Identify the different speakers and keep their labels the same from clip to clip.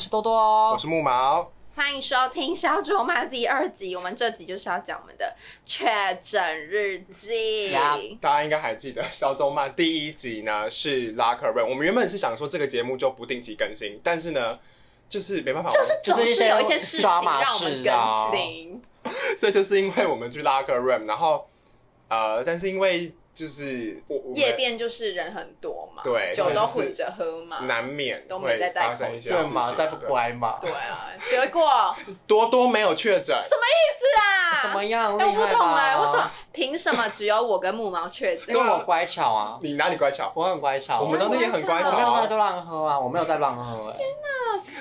Speaker 1: 是多哦多
Speaker 2: 我，是木毛，
Speaker 3: 欢迎收听《小卓妈》第二集，我们这集就是要讲我们的确诊日记。
Speaker 1: Yup
Speaker 2: 大家应该还记得 肖周曼第一集呢是拉克润，我们原本是想说这个节目就不定期更新，但是呢，就是没办法，
Speaker 3: 就是
Speaker 1: 就
Speaker 3: 总
Speaker 1: 是一些
Speaker 3: 是有一些事情让我
Speaker 1: drama
Speaker 3: 们
Speaker 1: 事啊
Speaker 3: 更新，
Speaker 2: 所以就是因为我们去拉克润，然后呃，但是因为就是我我们
Speaker 3: 夜店就是人很多嘛，
Speaker 2: 对
Speaker 3: 酒都混着喝嘛，
Speaker 2: 难免
Speaker 3: 都
Speaker 2: 会
Speaker 3: 没在戴
Speaker 2: 发生一些事
Speaker 1: 对
Speaker 2: 情，
Speaker 1: 嘛，再不
Speaker 2: 对
Speaker 1: 乖嘛，
Speaker 3: 对啊，结果
Speaker 2: 多多没有确诊，
Speaker 3: 是啊，
Speaker 1: 怎么样？
Speaker 3: 哎，我
Speaker 1: 厉害
Speaker 3: 不懂哎、
Speaker 1: 吧
Speaker 3: 为什么？凭什么只有我跟木毛确诊
Speaker 1: 因？为我乖巧啊，
Speaker 2: 你哪里乖巧？
Speaker 1: 我很乖巧，啊
Speaker 2: 我们当天也很乖巧
Speaker 1: 我没有那
Speaker 2: 啊，
Speaker 1: 就乱喝啊，我没有在乱喝哎、
Speaker 3: 啊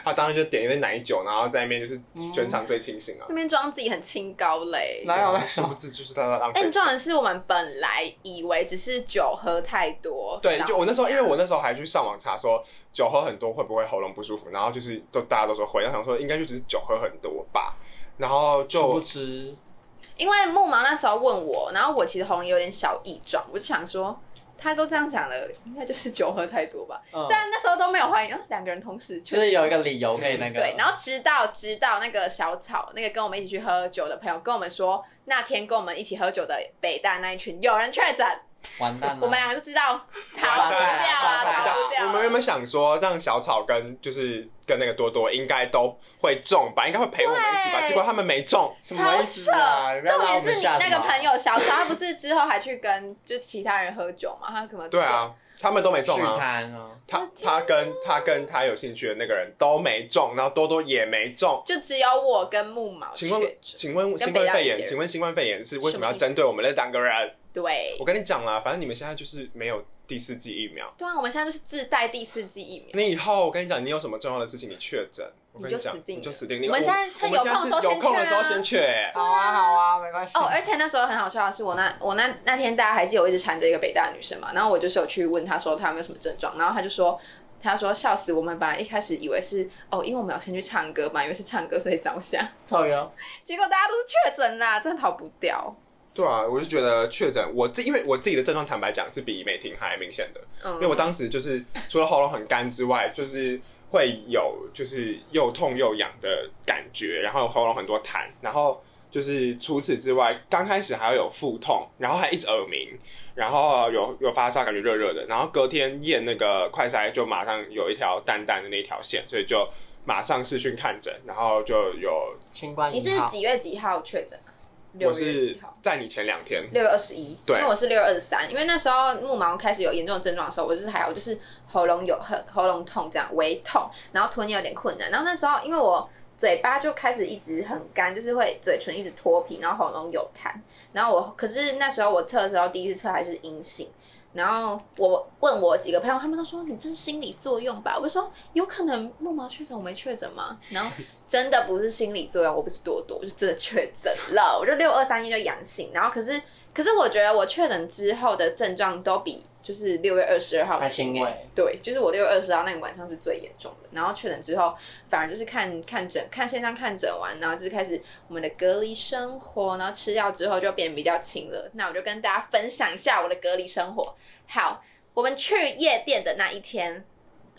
Speaker 2: 他当时就点一杯奶酒，然后在那边就是全场最清醒啊。
Speaker 3: 那边装自己很清高嘞。
Speaker 1: 哪有那
Speaker 2: 殊不
Speaker 1: 种？
Speaker 2: 知就是在浪
Speaker 3: 哎、
Speaker 2: 费
Speaker 3: 你。重点是我们本来以为只是酒喝太多，
Speaker 2: 对，
Speaker 3: 然后
Speaker 2: 就我那时候，因为我那时候还去上网查说酒喝很多会不会喉咙不舒服，然后就是都大家都说会，然后想说应该就只是酒喝很多吧，然后
Speaker 1: 殊不
Speaker 2: 就
Speaker 1: 知，
Speaker 3: 因为木毛那时候问我，然后我其实喉咙有点小异状，我就想说。他都这样讲了，应该就是酒喝太多吧。
Speaker 1: 嗯
Speaker 3: 虽然那时候都没有怀疑，啊两个人同时确
Speaker 1: 就
Speaker 3: 诊
Speaker 1: 是有一个理由可以那个。
Speaker 3: 对，然后直到直到那个小草，那个跟我们一起去喝酒的朋友跟我们说，那天跟我们一起喝酒的北大那一群有人确诊，
Speaker 1: 完蛋了，
Speaker 3: 我们两个就知道逃
Speaker 1: 完
Speaker 3: 不
Speaker 1: 蛋了
Speaker 3: 掉啊，
Speaker 1: 完蛋了
Speaker 3: 逃不掉啊。
Speaker 2: 我们原本想说让小草跟就是跟那个多多应该都会中吧，应该会陪我们一起吧，
Speaker 3: 对
Speaker 2: 结果他们没中，
Speaker 1: 什么
Speaker 3: 超
Speaker 1: 意
Speaker 3: 扯
Speaker 1: 思啊？！你不要
Speaker 3: 重
Speaker 1: 拉我
Speaker 3: 点
Speaker 1: 们
Speaker 3: 是你
Speaker 1: 下
Speaker 3: 那个
Speaker 1: 马
Speaker 3: 朋友小草，他不是之后还去跟就其他人喝酒嘛？他可能
Speaker 2: 对，啊，他们都没中
Speaker 1: 去
Speaker 2: 啊，
Speaker 1: 谈啊，
Speaker 2: 他他跟他跟他有兴趣的那个人都没中，然后多多也没中。
Speaker 3: 就只有我跟木毛
Speaker 2: 请问
Speaker 3: 确诊。
Speaker 2: 请问
Speaker 3: 跟
Speaker 2: 新
Speaker 3: 北
Speaker 2: 冠
Speaker 3: 大
Speaker 2: 肺
Speaker 3: 一些
Speaker 2: 炎，
Speaker 3: 人
Speaker 2: 请问新冠肺炎是为什么要
Speaker 3: 什么意思
Speaker 2: 针对我们那两个人？
Speaker 3: 对
Speaker 2: 我，跟你讲啦，反正你们现在就是没有第四季疫苗。
Speaker 3: 对啊，我们现在就是自带第四季疫苗。
Speaker 2: 你以后我跟你讲，你有什么重要的事情你确诊，我跟
Speaker 3: 你就
Speaker 2: 讲
Speaker 3: 死，定
Speaker 2: 你就
Speaker 3: 了
Speaker 2: 死定。你
Speaker 3: 我们现在趁有空的时候
Speaker 2: 我们现在是有
Speaker 3: 先
Speaker 2: 空的
Speaker 3: 去
Speaker 2: 时候
Speaker 3: 啊
Speaker 2: 先去。哎
Speaker 1: 好啊好啊，没关系。
Speaker 3: 哦，而且那时候很好笑的是，我那我那那天大家还记得我一直缠着一个北大女生嘛，然后我就是有去问她说她有没有什么症状，然后她就说。她说笑死，我们本来一开始以为是哦，因为我们要先去唱歌嘛，以为是唱歌所以烧香，
Speaker 1: 靠腰，
Speaker 3: 结果大家都是确诊啦，真的逃不掉。
Speaker 2: 对啊，我就觉得确诊，我自因为我自己的症状，坦白讲是比美婷还明显的，
Speaker 3: 嗯，
Speaker 2: 因为我当时就是除了喉咙很干之外，就是会有就是又痛又痒的感觉，然后喉咙很多痰，然后就是除此之外，刚开始还会有腹痛，然后还一直耳鸣，然后有有发烧，感觉热热的，然后隔天验那个快筛就马上有一条淡淡的那条线，所以就马上视讯看诊，然后就有
Speaker 1: 清官
Speaker 3: 你
Speaker 1: 一
Speaker 3: 是
Speaker 1: 号，
Speaker 3: 几月几号确诊啊？
Speaker 2: 嗯我
Speaker 3: 六月
Speaker 2: 是
Speaker 3: 几号？
Speaker 2: 在你前两天，
Speaker 3: 六月二十一，因
Speaker 2: 对
Speaker 3: 为我是六月二十三，因为那时候木毛开始有严重的症状的时候，我就是还有就是喉咙有很喉咙痛这样，微痛，然后吞咽有点困难，然后那时候因为我嘴巴就开始一直很干，就是会嘴唇一直脱皮，然后喉咙有痰，然后我可是那时候我测的时候第一次测还是阴性。然后我问我几个朋友，他们都说你这是心理作用吧？我就说有可能木毛确诊，我没确诊吗？然后真的不是心理作用，我不是多多，我就真的确诊了，我就六二三一就阳性。然后可是可是我觉得我确诊之后的症状都比就是六月二十二号
Speaker 1: 还轻微
Speaker 3: 欸对，就是我六月二十号那个晚上是最严重的。然后确诊之后，反而就是看看诊，看线上看诊完，然后就是开始我们的隔离生活，然后吃药之后就变比较轻了。那我就跟大家分享一下我的隔离生活。好，我们去夜店的那一天。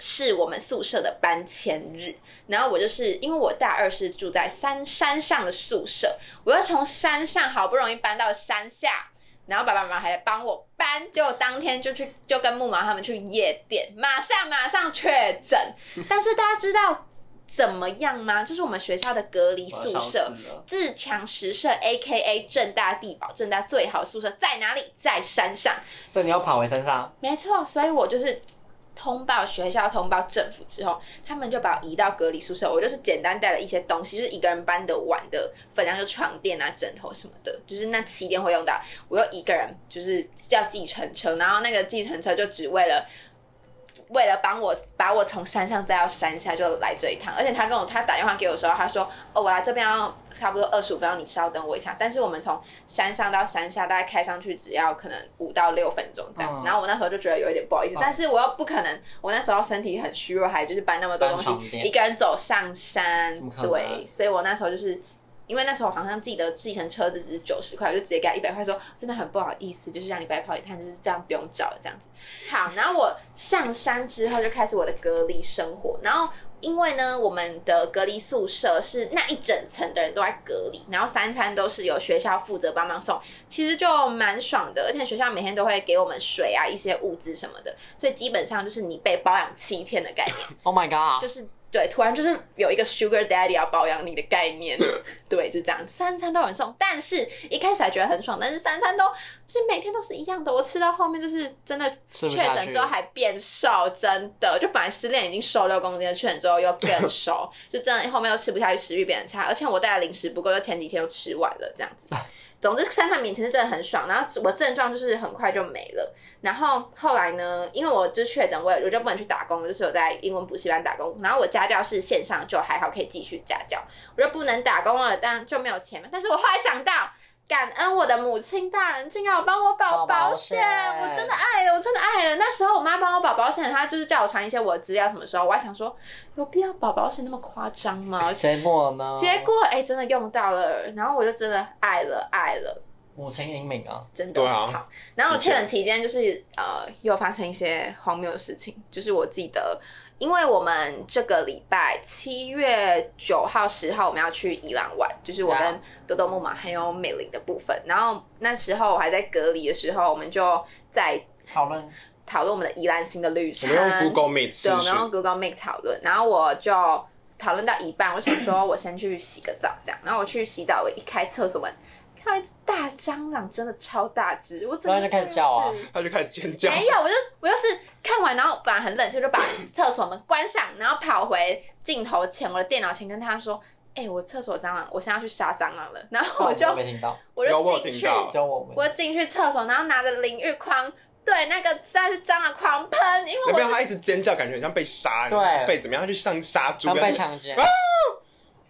Speaker 3: 是我们宿舍的搬迁日，然后我就是因为我大二是住在山山上的宿舍，我要从山上好不容易搬到山下，然后爸爸妈妈还来帮我搬，结果当天就去就跟木毛他们去夜店，马上马上确诊。但是大家知道怎么样吗？这是我们学校的隔离宿
Speaker 1: 我要
Speaker 3: 舍
Speaker 1: 烧，死了
Speaker 3: 自强实社 A K A 正大地堡，正大最好宿舍在哪里？在山上。
Speaker 1: 所以你要跑回山上，
Speaker 3: 没错，所以我就是通报学校、通报政府之后，他们就把我移到隔离宿舍。我就是简单带了一些东西，就是一个人搬的碗的分量，就床垫啊、枕头什么的，就是那七天会用到。我又一个人，就是叫计程车，然后那个计程车就只为了。为了帮我把我从山上带到山下，就来这一趟。而且他跟我他打电话给我的时候，他说：“哦，我来这边要差不多二十五分钟，你稍等我一下。”但是我们从山上到山下大概开上去只要可能五到六分钟这样。
Speaker 1: 嗯
Speaker 3: 然后我那时候就觉得有一点不好意思，
Speaker 1: 嗯
Speaker 3: 但是我又不可能，我那时候身体很虚弱，还就是搬那么多
Speaker 1: 搬
Speaker 3: 东
Speaker 1: 床
Speaker 3: 西，
Speaker 1: 垫
Speaker 3: 一个人走上山
Speaker 1: 怎么，可能
Speaker 3: 对，所以我那时候就是。因为那时候好像记得计程车子只是九十块，我就直接给他一百块，说真的很不好意思，就是让你白跑一趟，就是这样不用找了这样子。好，然后我上山之后就开始我的隔离生活，然后。因为呢，我们的隔离宿舍是那一整层的人都在隔离，然后三餐都是由学校负责帮忙送，其实就蛮爽的，而且学校每天都会给我们水啊、一些物资什么的，所以基本上就是你被包养七天的概念，
Speaker 1: Oh my god！
Speaker 3: 就是对，突然就是有一个 Sugar Daddy 要包养你的概念，对，就这样，三餐都有人送，但是一开始还觉得很爽，但是三餐都是每天都是一样的，我吃到后面就是真的
Speaker 1: 吃不
Speaker 3: 确
Speaker 1: 下
Speaker 3: 诊
Speaker 1: 去
Speaker 3: 之后还变瘦，真的，就本来失恋已经瘦六公斤了，确诊之后又更瘦，就真的后面又吃不下去，食欲变得差，而且我带的零食不够，就前几天又吃完了这样子。总之，三餐免钱是真的很爽，然后我症状就是很快就没了。然后后来呢，因为我就确诊，我也我就不能去打工，就是有在英文补习班打工。然后我家教是线上，就还好可以继续家教，我就不能打工了，但就没有钱嘛。但是我后来想到，感恩我的母亲大人竟然有帮我保
Speaker 1: 保保
Speaker 3: 保险，
Speaker 1: 险
Speaker 3: 我真的爱了，我真的爱了。那时候我妈帮我保保险，她就是叫我传一些我的资料，什么时候我还想说，有必要保保险那么夸张吗？
Speaker 1: 结果呢？
Speaker 3: 结果哎、真的用到了，然后我就真的爱了爱了。
Speaker 1: 母亲英明啊，
Speaker 3: 真的
Speaker 2: 对啊
Speaker 3: 好。然后我确诊期间就是呃，又发生一些荒谬的事情，就是我记得，因为我们这个礼拜七月九号、十号我们要去宜兰玩，就是我
Speaker 1: 啊
Speaker 3: 跟多多木马还有美玲的部分。然后那时候我还在隔离的时候，我们就在
Speaker 1: 讨论
Speaker 3: 讨论我们的宜兰行的旅
Speaker 2: 我
Speaker 3: 程，
Speaker 2: 们用 Google Meet
Speaker 3: 对，我
Speaker 2: 试
Speaker 3: 们
Speaker 2: 试。
Speaker 3: 用 Google Meet 讨论，然后我就讨论到一半，我想说我先去洗个澡，这样，然后我去洗澡，我一开厕所门，看到一只大蟑螂，真的超大只，我真的
Speaker 1: 然后就开始叫啊
Speaker 3: 吓死
Speaker 2: 他就开始 尖叫，
Speaker 3: 没有，我就我就是看完，然后本来很冷，就就把厕所门关上，然后跑回镜头前，我的电脑前跟他说。哎、我厕所蟑螂，我现在要去杀蟑螂了。 然后我就
Speaker 1: 都没听到，
Speaker 3: 我
Speaker 2: 有我有
Speaker 3: 就进
Speaker 2: 听
Speaker 3: 去，
Speaker 2: 到
Speaker 1: 哦只有我们。
Speaker 3: 我进去厕所，然后拿着淋浴框对那个实在是蟑螂狂喷，因为
Speaker 2: 有
Speaker 3: 我
Speaker 2: 没有？他一直尖叫，感觉很像被杀，你知道
Speaker 1: 对
Speaker 2: 吗被怎么样？他就像杀猪
Speaker 1: 刚
Speaker 2: 一
Speaker 1: 被
Speaker 2: 样，
Speaker 1: 强奸，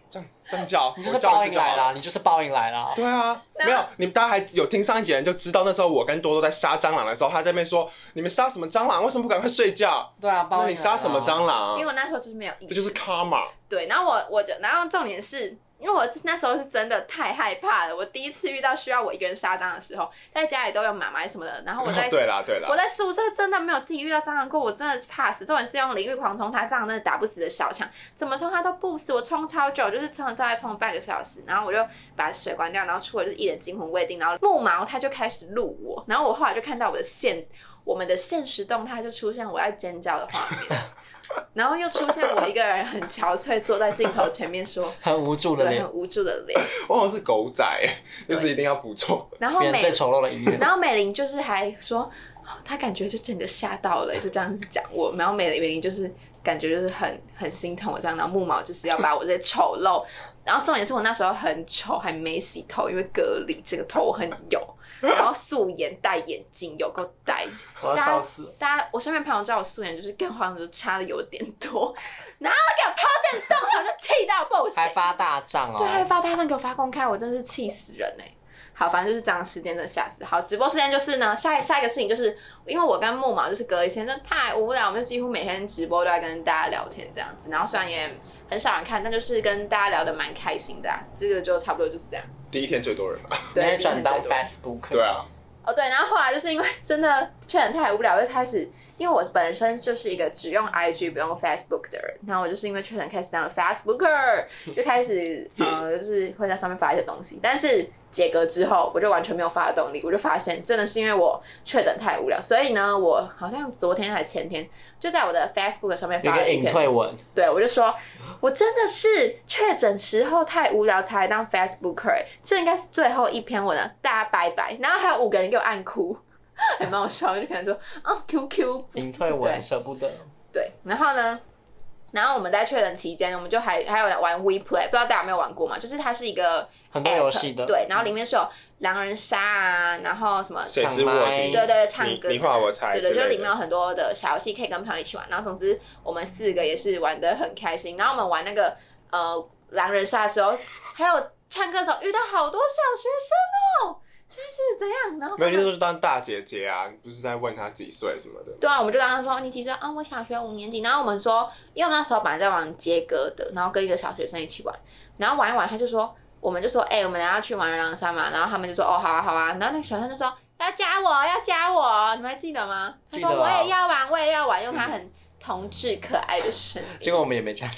Speaker 2: 这样这样叫，
Speaker 1: 你就
Speaker 2: 我
Speaker 1: 是
Speaker 2: 叫
Speaker 1: 报
Speaker 2: 一次
Speaker 1: 应
Speaker 2: 就好
Speaker 1: 来
Speaker 2: 了。
Speaker 1: 啦，你就是报应来啦。
Speaker 2: 对啊，
Speaker 3: 那
Speaker 2: 没有，你们大家还有听上一集的人就知道，那时候我跟多多在杀蟑螂的时候，他在那边说：“你们杀什么蟑螂？为什么不赶快睡觉？
Speaker 1: 对啊，报应来
Speaker 2: 那
Speaker 1: 啦
Speaker 2: 你杀什么蟑
Speaker 3: 因为
Speaker 2: 螂
Speaker 3: 我那时候就是没有意识，
Speaker 2: 这就是 karma。
Speaker 3: 对，然后我我就，然后重点是因为我是那时候是真的太害怕了，我第一次遇到需要我一个人杀蟑螂的时候，在家里都有妈妈什么的，然后我在、
Speaker 2: 对啦，对啦啊
Speaker 3: 我，在宿舍真的没有自己遇到蟑螂过，我真的怕死。重点是用淋浴狂冲它，蟑螂真的打不死的小强，怎么冲它都不死。我冲超久，就是冲了大概冲了半个小时，然后我就把水关掉，然后出来就是一脸惊魂未定。然后木毛它就开始录我，然后我后来就看到我的现我们的现实动态就出现我要尖叫的画面，然后又出现我一个人很憔悴坐在镜头前面说。
Speaker 1: 很无助的
Speaker 3: 对，
Speaker 1: 脸，
Speaker 3: 很无助的脸。
Speaker 2: 我好像是狗仔，
Speaker 3: 对
Speaker 2: 就是一定要补充。
Speaker 3: 然后
Speaker 1: 别人
Speaker 3: 每
Speaker 1: 最丑陋的一 面。
Speaker 3: 然后美玲就是还说，哦她感觉就真的吓到了，就这样子讲我。然后美玲美玲就是感觉就是很很心疼我这样，然后木毛就是要把我这些丑陋，然后重点是我那时候很丑，还没洗头，因为隔离，这个头很油，然后素颜戴眼镜，有够呆。
Speaker 1: 我要笑死。
Speaker 3: 大家，我身边朋友知道我素颜就是跟黄就差的有点多，然后给我抛线洞，我就气到不行
Speaker 1: 还。发大账哦！
Speaker 3: 对，还发大上给我发公开，我真是气死人哎、好，反正就是这样，时间真的吓死。好，直播时间就是呢，下一下一个事情就是，因为我跟木毛就是隔一天，真的太无聊，我们就几乎每天直播都在跟大家聊天这样子。然后虽然也很少人看，但就是跟大家聊得蛮开心的、啊。这个就差不多就是这样。
Speaker 2: 第一天最多人嘛，
Speaker 1: 你
Speaker 3: 对，
Speaker 1: 可以转到
Speaker 3: 今天最多
Speaker 1: Facebook。
Speaker 2: 对啊，
Speaker 3: 哦，对，然后后来就是因为 真的确诊太无聊，就开始，因为我本身就是一个只用 IG 不用 Facebook 的人，然后我就是因为确诊开始当了 Facebooker，就开始呃，就是会在上面发一些东西。但是解隔之后，我就完全没有发的动力，我就发现真的是因为我确诊太无聊，所以呢，我好像昨天还前天就在我的 Facebook 上面
Speaker 1: 有
Speaker 3: 发
Speaker 1: 一
Speaker 3: 了
Speaker 1: 个
Speaker 3: 一
Speaker 1: 隐
Speaker 3: 篇
Speaker 1: 退文，
Speaker 3: 对，我就说，我真的是确诊时候太无聊才来当 Facebooker，、欸、这应该是最后一篇我的大家拜拜。然后还有五个人给我按哭， 还蛮好笑，就可能说，嗯，QQ，
Speaker 1: 隐退
Speaker 3: 对
Speaker 1: 文舍不得。
Speaker 3: 对，然后呢？然后我们在确诊期间，我们就还还有玩 WePlay，不知道大家有没有玩过嘛？就是它是一个 app,
Speaker 1: 很多游戏的
Speaker 3: 对，然后里面是有狼人杀啊，然后什么
Speaker 2: 谁
Speaker 1: 抢
Speaker 2: 是我
Speaker 1: 麦
Speaker 2: 敌？
Speaker 3: 对对，唱
Speaker 2: 你
Speaker 3: 歌，
Speaker 2: 你画我猜
Speaker 3: 对
Speaker 2: 之
Speaker 3: 对，就里
Speaker 2: 类
Speaker 3: 面有
Speaker 2: 的。
Speaker 3: 很多的小游戏可以跟朋友一起玩。然后总之我们四个也是玩的很开心。然后我们玩那个呃狼人杀的时候，还有唱歌的时候，遇到好多小学生哦，现在是怎样？然后他
Speaker 2: 没有，
Speaker 3: 们
Speaker 2: 你就是当大姐姐啊，你不是在问她几岁什么的。
Speaker 3: 对啊，我们就跟他说你几岁啊？我小学五年级。然后我们说，因为我们那时候本来在玩接歌的，然后跟一个小学生一起玩，然后玩一玩，他就说我们就说，哎、我们等一下去玩元朗山嘛，然后他们就说，哦，好啊，好啊，然后那个小三就说要加我，要加我，你们还记得吗？他说
Speaker 1: 记得
Speaker 3: 我
Speaker 1: 啊
Speaker 3: 也要玩，我也要玩，用 他很童稚可爱的声音。
Speaker 1: 结果我们也没加。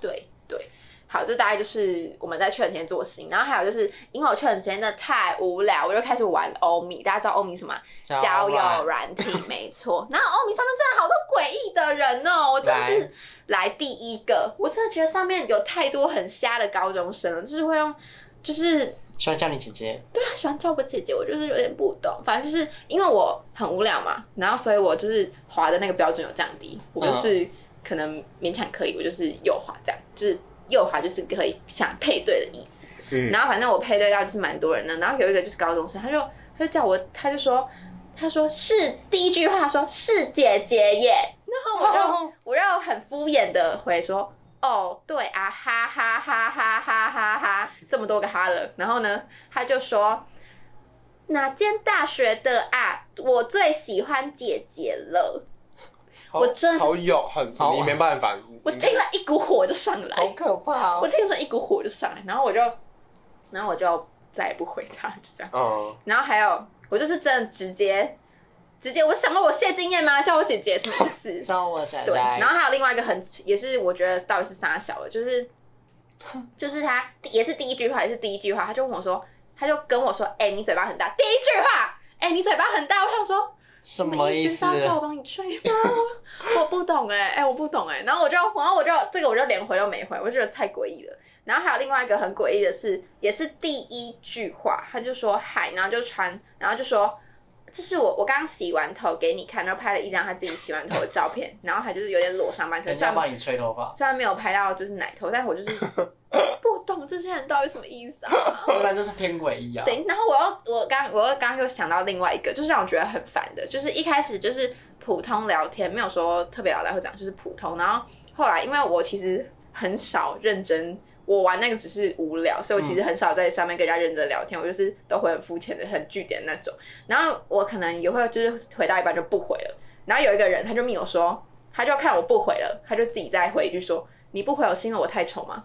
Speaker 3: 对对，好，这大概就是我们在确认间做的事情。然后还有就是，因为我确认时间真的太无聊，我就开始玩欧米。大家知道欧米什么吗？ 交友软体，没错。 然后欧米上面真的好多诡异的人哦，我真的是来第一个，我真的觉得上面有太多很瞎的高中生了，就是会用，就是
Speaker 1: 希望叫你 姐姐。
Speaker 3: 对啊，喜欢叫我姐姐，我就是有点不懂。反正就是因为我很无聊嘛，然后所以我就是滑的那个标准有降低，我就是可能勉强可以，我就是右滑这样，就是右滑就是可以想配对的意思。
Speaker 2: 嗯，
Speaker 3: 然后反正我配对到就是蛮多人的，然后有一个就是高中生，他就他就叫我，他就说，他说是第一句话说是姐姐耶，然后我就、我就很敷衍的回说，哦对啊，哈哈哈哈哈哈哈，这么多个哈了，然后呢，他就说哪间大学的啊，我最喜欢姐姐了，
Speaker 2: 好
Speaker 3: 我真的是
Speaker 2: 好有很
Speaker 1: 好
Speaker 2: 你没办法，
Speaker 3: 我
Speaker 2: 你
Speaker 3: 听了一股火就上来，
Speaker 1: 可怕哦
Speaker 3: 我！听着一股火就上来，然后我就，然后我就再也不回他，就这样。
Speaker 2: 嗯，
Speaker 3: 然后还有，我就是真的直接直接，我想问我谢经验吗？叫我姐姐什么意 思？
Speaker 1: 叫我仔
Speaker 3: 对，然
Speaker 1: 仔。
Speaker 3: 后还有另外一个很也是我觉得到底是啥小的，就是就是他也是第一句话，也是第一句话，他就问我说，他就跟我说，哎、你嘴巴很大，第一句话，哎、你嘴巴很大，我想说。
Speaker 1: 什么意
Speaker 3: 思？
Speaker 1: 思
Speaker 3: 是？要叫我帮你吹吗？我不懂哎、 哎、我不懂哎、然后我就，然后我就这个我就连回都没回，我就觉得太诡异了。然后还有另外一个很诡异的是，也是第一句话，他就说嗨，然后就传，然后就说这是我我刚洗完头给你看，然后拍了一张他自己洗完头的照片，然后还就是有点裸上半身，
Speaker 1: 人
Speaker 3: 虽
Speaker 1: 家
Speaker 3: 然
Speaker 1: 帮你吹头发，
Speaker 3: 虽然没有拍到就是奶头，但我就是不懂这些人到底什么意思啊。
Speaker 1: 不然就是偏诡异啊。
Speaker 3: 对，然后我又我刚我又刚刚又想到另外一个，就是让我觉得很烦的，就是一开始就是普通聊天，没有说特别聊聊会讲，就是普通。然后后来因为我其实很少认真，我玩那个只是无聊，所以我其实很少在上面跟人家认真聊天，我就是都会很肤浅的、很据点那种。然后我可能也会就是回到一半就不回了。然后有一个人他就命我说，他就看我不回了，他就自己再回一句说：“你不回我是因为我太丑吗？”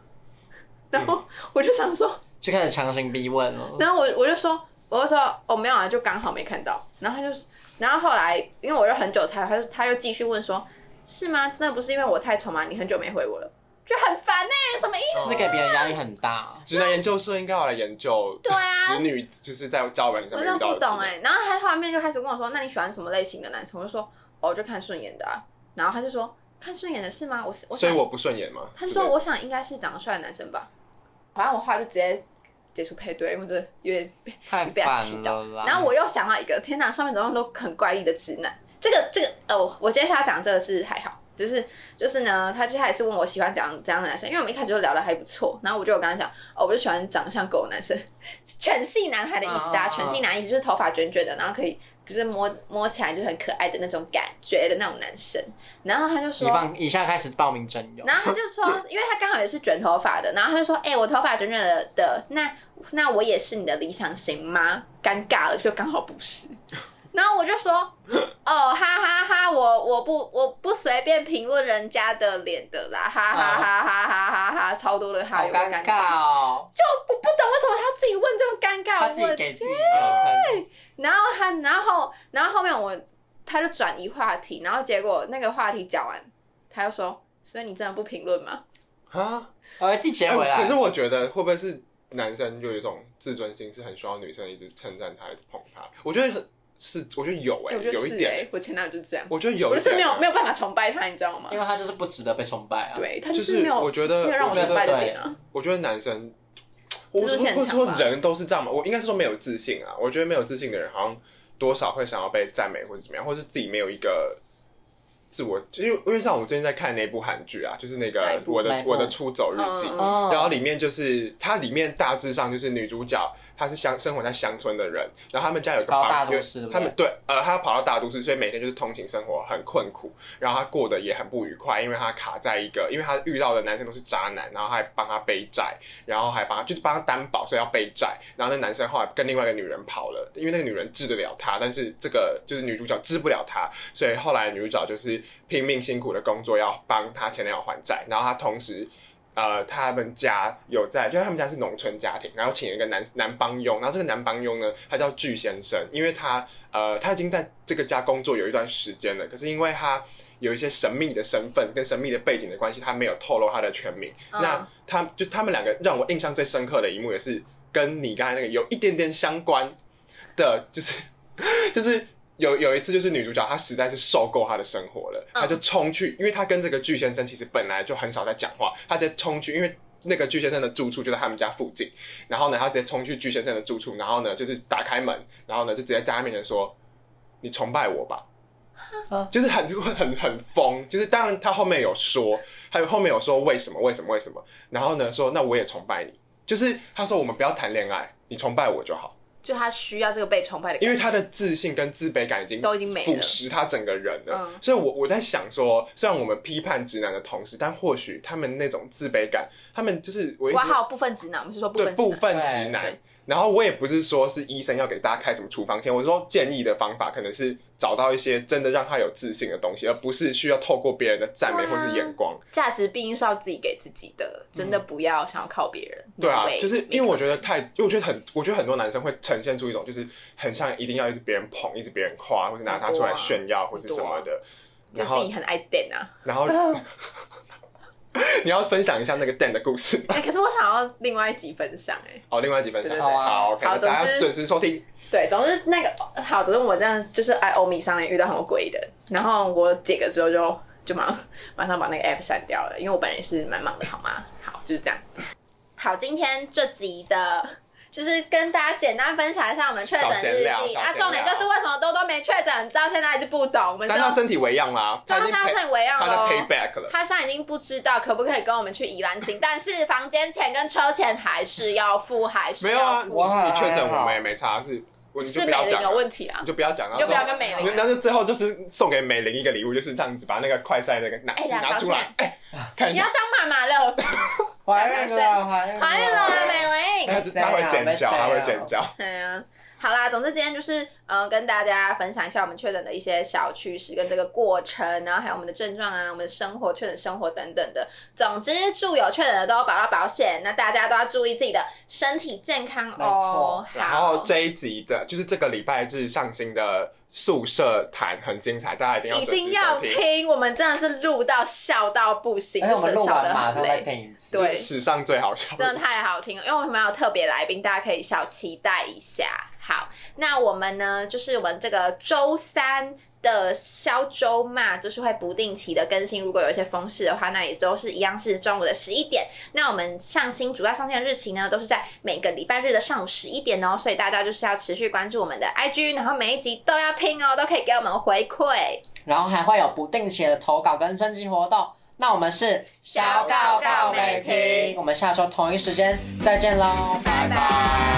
Speaker 3: 然后我就想说。
Speaker 1: 就开始强行逼问了。
Speaker 3: 然后我我就说，我就说哦没有啊，就刚好没看到。然后他就是，然后后来因为我就很久才，他就他又继续问说，是吗？真的不是因为我太丑吗？你很久没回我了，就很烦呢、什么意思？
Speaker 1: 就是给别人压力很大。
Speaker 2: 直男研究社应该要来研究
Speaker 3: 对啊
Speaker 2: 直女，就是在交友软件
Speaker 3: 我真的
Speaker 2: 上面遇到
Speaker 3: 不
Speaker 2: 的直
Speaker 3: 懂
Speaker 2: 男
Speaker 3: 哎、然后他后面就开始跟我说，那你喜欢什么类型的男生？我就说，哦，就看顺眼的、啊。然后他就说，看顺眼的是吗？我我
Speaker 2: 所以
Speaker 3: 想
Speaker 2: 我不顺眼嘛。
Speaker 3: 他就是
Speaker 2: 不
Speaker 3: 说：“
Speaker 2: 是
Speaker 3: 我想应该是长得帅的男生吧。”反正我后来就直接解除配对，因为我真的有点被
Speaker 1: 太
Speaker 3: 被他气到
Speaker 1: 烦了啦
Speaker 3: 然后我又想到一个，天哪，上面怎么都很怪异的直男。这个这个哦，我接下来讲这个是还好，只是就是呢，他就他也是问我喜欢怎样怎样的男生，因为我们一开始就聊的还不错，然后我就有跟他讲，哦，我就喜欢长得像狗的男生， 犬系男孩的意思，大家
Speaker 1: 啊
Speaker 3: 犬系男意思就是头发卷卷的，然后可以就是摸摸起来就很可爱的那种感觉的那种男生。然后他就
Speaker 1: 以
Speaker 3: 说，
Speaker 1: 放以下开始报名征友。
Speaker 3: 然后他就 说，因为他刚好也是卷头发的，然后他就说：“哎、我头发卷卷的的，那那我也是你的理想型吗？”尴尬了，就刚好不是。然后我就 说：“哦，哈哈哈我我不我不随便评论人家的脸的啦，哈哈哈哈哈哈哈，超多的哈，
Speaker 1: 嗯好
Speaker 3: 有个尴
Speaker 1: 尴尬哦，
Speaker 3: 就我不懂为什么他要自己问这么尴尬
Speaker 1: 他
Speaker 3: 的
Speaker 1: 自己
Speaker 3: 问
Speaker 1: 给自己一个坑。
Speaker 3: 然后他，然后，然后后面我他就转移话题，然后结果那个话题讲完，他又说：“所以你真的不评论吗
Speaker 2: 啊，
Speaker 1: 我哦自己接回
Speaker 2: 哎可
Speaker 1: 来
Speaker 2: 是。我觉得会不会是男生就有一种自尊心，是很需要女生一直称赞他，一直捧他？我觉得很是，我觉得有？”哎、
Speaker 3: 我就是
Speaker 2: 有一点，
Speaker 3: 欸我前男友就是这样，
Speaker 2: 我觉得有
Speaker 3: 我
Speaker 2: 一
Speaker 3: 就是
Speaker 2: 点，
Speaker 3: 没
Speaker 2: 啊
Speaker 3: 有没有办法崇拜他，你知道吗
Speaker 1: 因？为他就是不值得被崇拜啊。
Speaker 3: 对他
Speaker 2: 就是
Speaker 3: 没有
Speaker 2: 我觉得，
Speaker 3: 没有让我
Speaker 2: 我觉
Speaker 3: 崇拜
Speaker 2: 得，
Speaker 3: 的点啊。
Speaker 2: 我觉得男生，我
Speaker 3: 自
Speaker 2: 我
Speaker 3: 尊心很
Speaker 2: 会
Speaker 3: 强吧
Speaker 2: 说人都是这样嘛，我应该是说没有自信啊。我觉得没有自信的人，好像多少会想要被赞美或者怎么样，或是自己没有一个自我，因为因为像我最近在看那部韩剧啊，就是那
Speaker 3: 哪一
Speaker 2: 个
Speaker 3: 部
Speaker 2: 我的
Speaker 1: 哪一部
Speaker 2: 我的出走日记。
Speaker 3: 嗯
Speaker 1: 哦，
Speaker 2: 然后里面就是它里面大致上就是女主角她是乡生活在乡村的人，然后他们家有个
Speaker 1: 跑到
Speaker 2: 房
Speaker 1: 大都
Speaker 2: 有
Speaker 1: 市对不
Speaker 2: 他们对呃她跑到大都市，所以每天就是通勤生活很困苦，然后她过得也很不愉快，因为她卡在一个，因为她遇到的男生都是渣男，然后还帮她背债，然后还帮她就是帮她担保，所以要背债，然后那男生后来跟另外一个女人跑了，因为那个女人治得了他，但是这个就是女主角治不了他，所以后来女主角就是拼命辛苦的工作要帮她前男友还债，然后她同时呃，他们家有在，就是他们家是农村家庭，然后请了一个男男帮佣，然后这个男帮佣呢，他叫具先生，因为他呃他已经在这个家工作有一段时间了，可是因为他有一些神秘的身份跟神秘的背景的关系，他没有透露他的全名。
Speaker 3: 嗯
Speaker 2: 那他就他们两个让我印象最深刻的一幕，也是跟你刚才那个有一点点相关的，就是 就是有有一次，就是女主角她实在是受够她的生活了，
Speaker 3: 嗯
Speaker 2: 她就冲去，因为她跟这个具先生其实本来就很少在讲话，她直接冲去，因为。那个具先生的住处就在他们家附近，然后呢，她直接冲去具先生的住处，然后呢，就是打开门，然后呢，就直接在他面前说：“你崇拜我吧。”
Speaker 3: 啊
Speaker 2: 就是很很很疯，就是当然他后面有说，还有后面有说为什么为什么为什么，然后呢说那我也崇拜你，就是他说我们不要谈恋爱，你崇拜我就好，
Speaker 3: 就他需要这个被崇拜的感觉，
Speaker 2: 因为他的自信跟自卑感已经
Speaker 3: 都已经没了
Speaker 2: 腐蚀他整个人了。
Speaker 3: 嗯
Speaker 2: 所以我我在想说，虽然我们批判直男的同时，但或许他们那种自卑感，他们就是我一直
Speaker 3: 哇，还有部分直男，我们是说部
Speaker 2: 对
Speaker 3: 分直
Speaker 2: 部
Speaker 3: 男，
Speaker 2: 分直
Speaker 3: 对
Speaker 2: 男
Speaker 3: 对。
Speaker 2: 然后我也不是说是医生要给大家开什么处方签，我是说建议的方法可能是找到一些真的让他有自信的东西，而不是需要透过别人的赞美
Speaker 3: 对
Speaker 2: 或
Speaker 3: 啊
Speaker 2: 是眼光。
Speaker 3: 价值毕竟是要自己给自己的，真的不要想要靠别人。
Speaker 2: 嗯对啊
Speaker 3: No，way，
Speaker 2: 就是因为我觉
Speaker 3: 没
Speaker 2: 得太，因为我觉得很，我觉得很多男生会呈现出一种就是很像一定要一直别人捧，一直别人夸，或是拿他出来炫耀或是什么
Speaker 3: 可
Speaker 2: 的。然
Speaker 3: 能就自
Speaker 2: 后
Speaker 3: 己，很爱 d 啊。
Speaker 2: 然后你要分享一下那个 Dan 的故事
Speaker 3: 哎、可是我想要另外一集分享哎、
Speaker 2: 哦，另外几分享
Speaker 3: 对对
Speaker 1: 对
Speaker 2: 好，OK，
Speaker 3: 好
Speaker 2: 那大
Speaker 3: 总
Speaker 2: 家
Speaker 3: 之
Speaker 2: 准时收听。
Speaker 3: 对，总之那个好，总之我这样就是哎，欧米上面遇到很多诡异的人，然后我解个之后就就马上马上把那个 app 删掉了，因为我本人是蛮忙的，好吗？好，就是这样。好，今天这集的。就是跟大家简单分享一下我们确诊
Speaker 2: 小闲
Speaker 3: 日
Speaker 2: 聊
Speaker 3: 记
Speaker 2: 小
Speaker 3: 啊，
Speaker 2: 闲
Speaker 3: 重点就
Speaker 2: 聊
Speaker 3: 是为什么多多没确诊，到现在还是不懂。我们
Speaker 2: 但
Speaker 3: 就
Speaker 2: 他身体为恙啦，
Speaker 3: 但
Speaker 2: 已
Speaker 3: 他
Speaker 2: 经
Speaker 3: 现在
Speaker 2: 陪
Speaker 3: 很围绕
Speaker 2: 他在
Speaker 3: 了
Speaker 2: pay back 了。
Speaker 3: 他现在已经不知道可不可以跟我们去宜兰行，但是房间钱跟车钱还是要付，还是
Speaker 2: 没有啊，
Speaker 3: 要
Speaker 2: 其
Speaker 3: 付，
Speaker 2: 实
Speaker 1: 哇
Speaker 2: 你确诊我们也没差，是我你就是不
Speaker 3: 美
Speaker 2: 要
Speaker 3: 玲
Speaker 2: 讲
Speaker 3: 有
Speaker 2: 了，
Speaker 3: 问题啊
Speaker 2: 你。就不要讲了，
Speaker 3: 你就不要跟美
Speaker 2: 然
Speaker 3: 玲
Speaker 2: 后但是最后就是送给美玲一个礼物，就是这样子把那个快塞那个拿
Speaker 3: 哎
Speaker 2: 纸
Speaker 3: 呀
Speaker 2: 拿出来，哎，看一
Speaker 3: 你要
Speaker 2: 下，
Speaker 3: 当妈妈 了，
Speaker 1: 怀孕了，怀孕
Speaker 3: 怀孕了啦，
Speaker 1: 哎
Speaker 3: 美玲。
Speaker 2: 他他会尖叫，他会尖叫。
Speaker 3: 哎呀，好啦，总之今天就是呃跟大家分享一下我们确诊的一些小趣事跟这个过程，然后还有我们的症状啊，我们的生活确诊生活等等的。总之，住有确诊的都保到保险，那大家都要注意自己的身体健康
Speaker 1: 没错
Speaker 3: 哦。
Speaker 2: 然
Speaker 3: 好
Speaker 2: 后这一集的，就是这个礼拜日上新的宿舍谈很精彩，大家一定要
Speaker 3: 一
Speaker 2: 准
Speaker 3: 定
Speaker 2: 时
Speaker 3: 要
Speaker 2: 收听。
Speaker 3: 听，我们真的是录到笑到不行，
Speaker 1: 而
Speaker 3: 就
Speaker 1: 且我们
Speaker 3: 是
Speaker 1: 录
Speaker 3: 笑
Speaker 1: 完
Speaker 3: 得
Speaker 1: 马上
Speaker 3: 很
Speaker 1: 再
Speaker 3: 累。
Speaker 1: 听一次。
Speaker 3: 对，
Speaker 2: 史上最好笑，
Speaker 3: 真的太好听了，因为我们有特别来宾，大家可以小期待一下。好，那我们呢，就是我们这个周三。的消周嘛，就是会不定期的更新。如果有一些风事的话，那也都是一样是中午的十一点。那我们上新主要上线的日期呢，都是在每个礼拜日的上午十一点哦。所以大家就是要持续关注我们的 IG，然后每一集都要听哦，都可以给我们回馈。
Speaker 1: 然后还会有不定期的投稿跟征集活动。那我们是
Speaker 3: 小告告美听
Speaker 1: 我们下周同一时间再见喽，
Speaker 3: 拜拜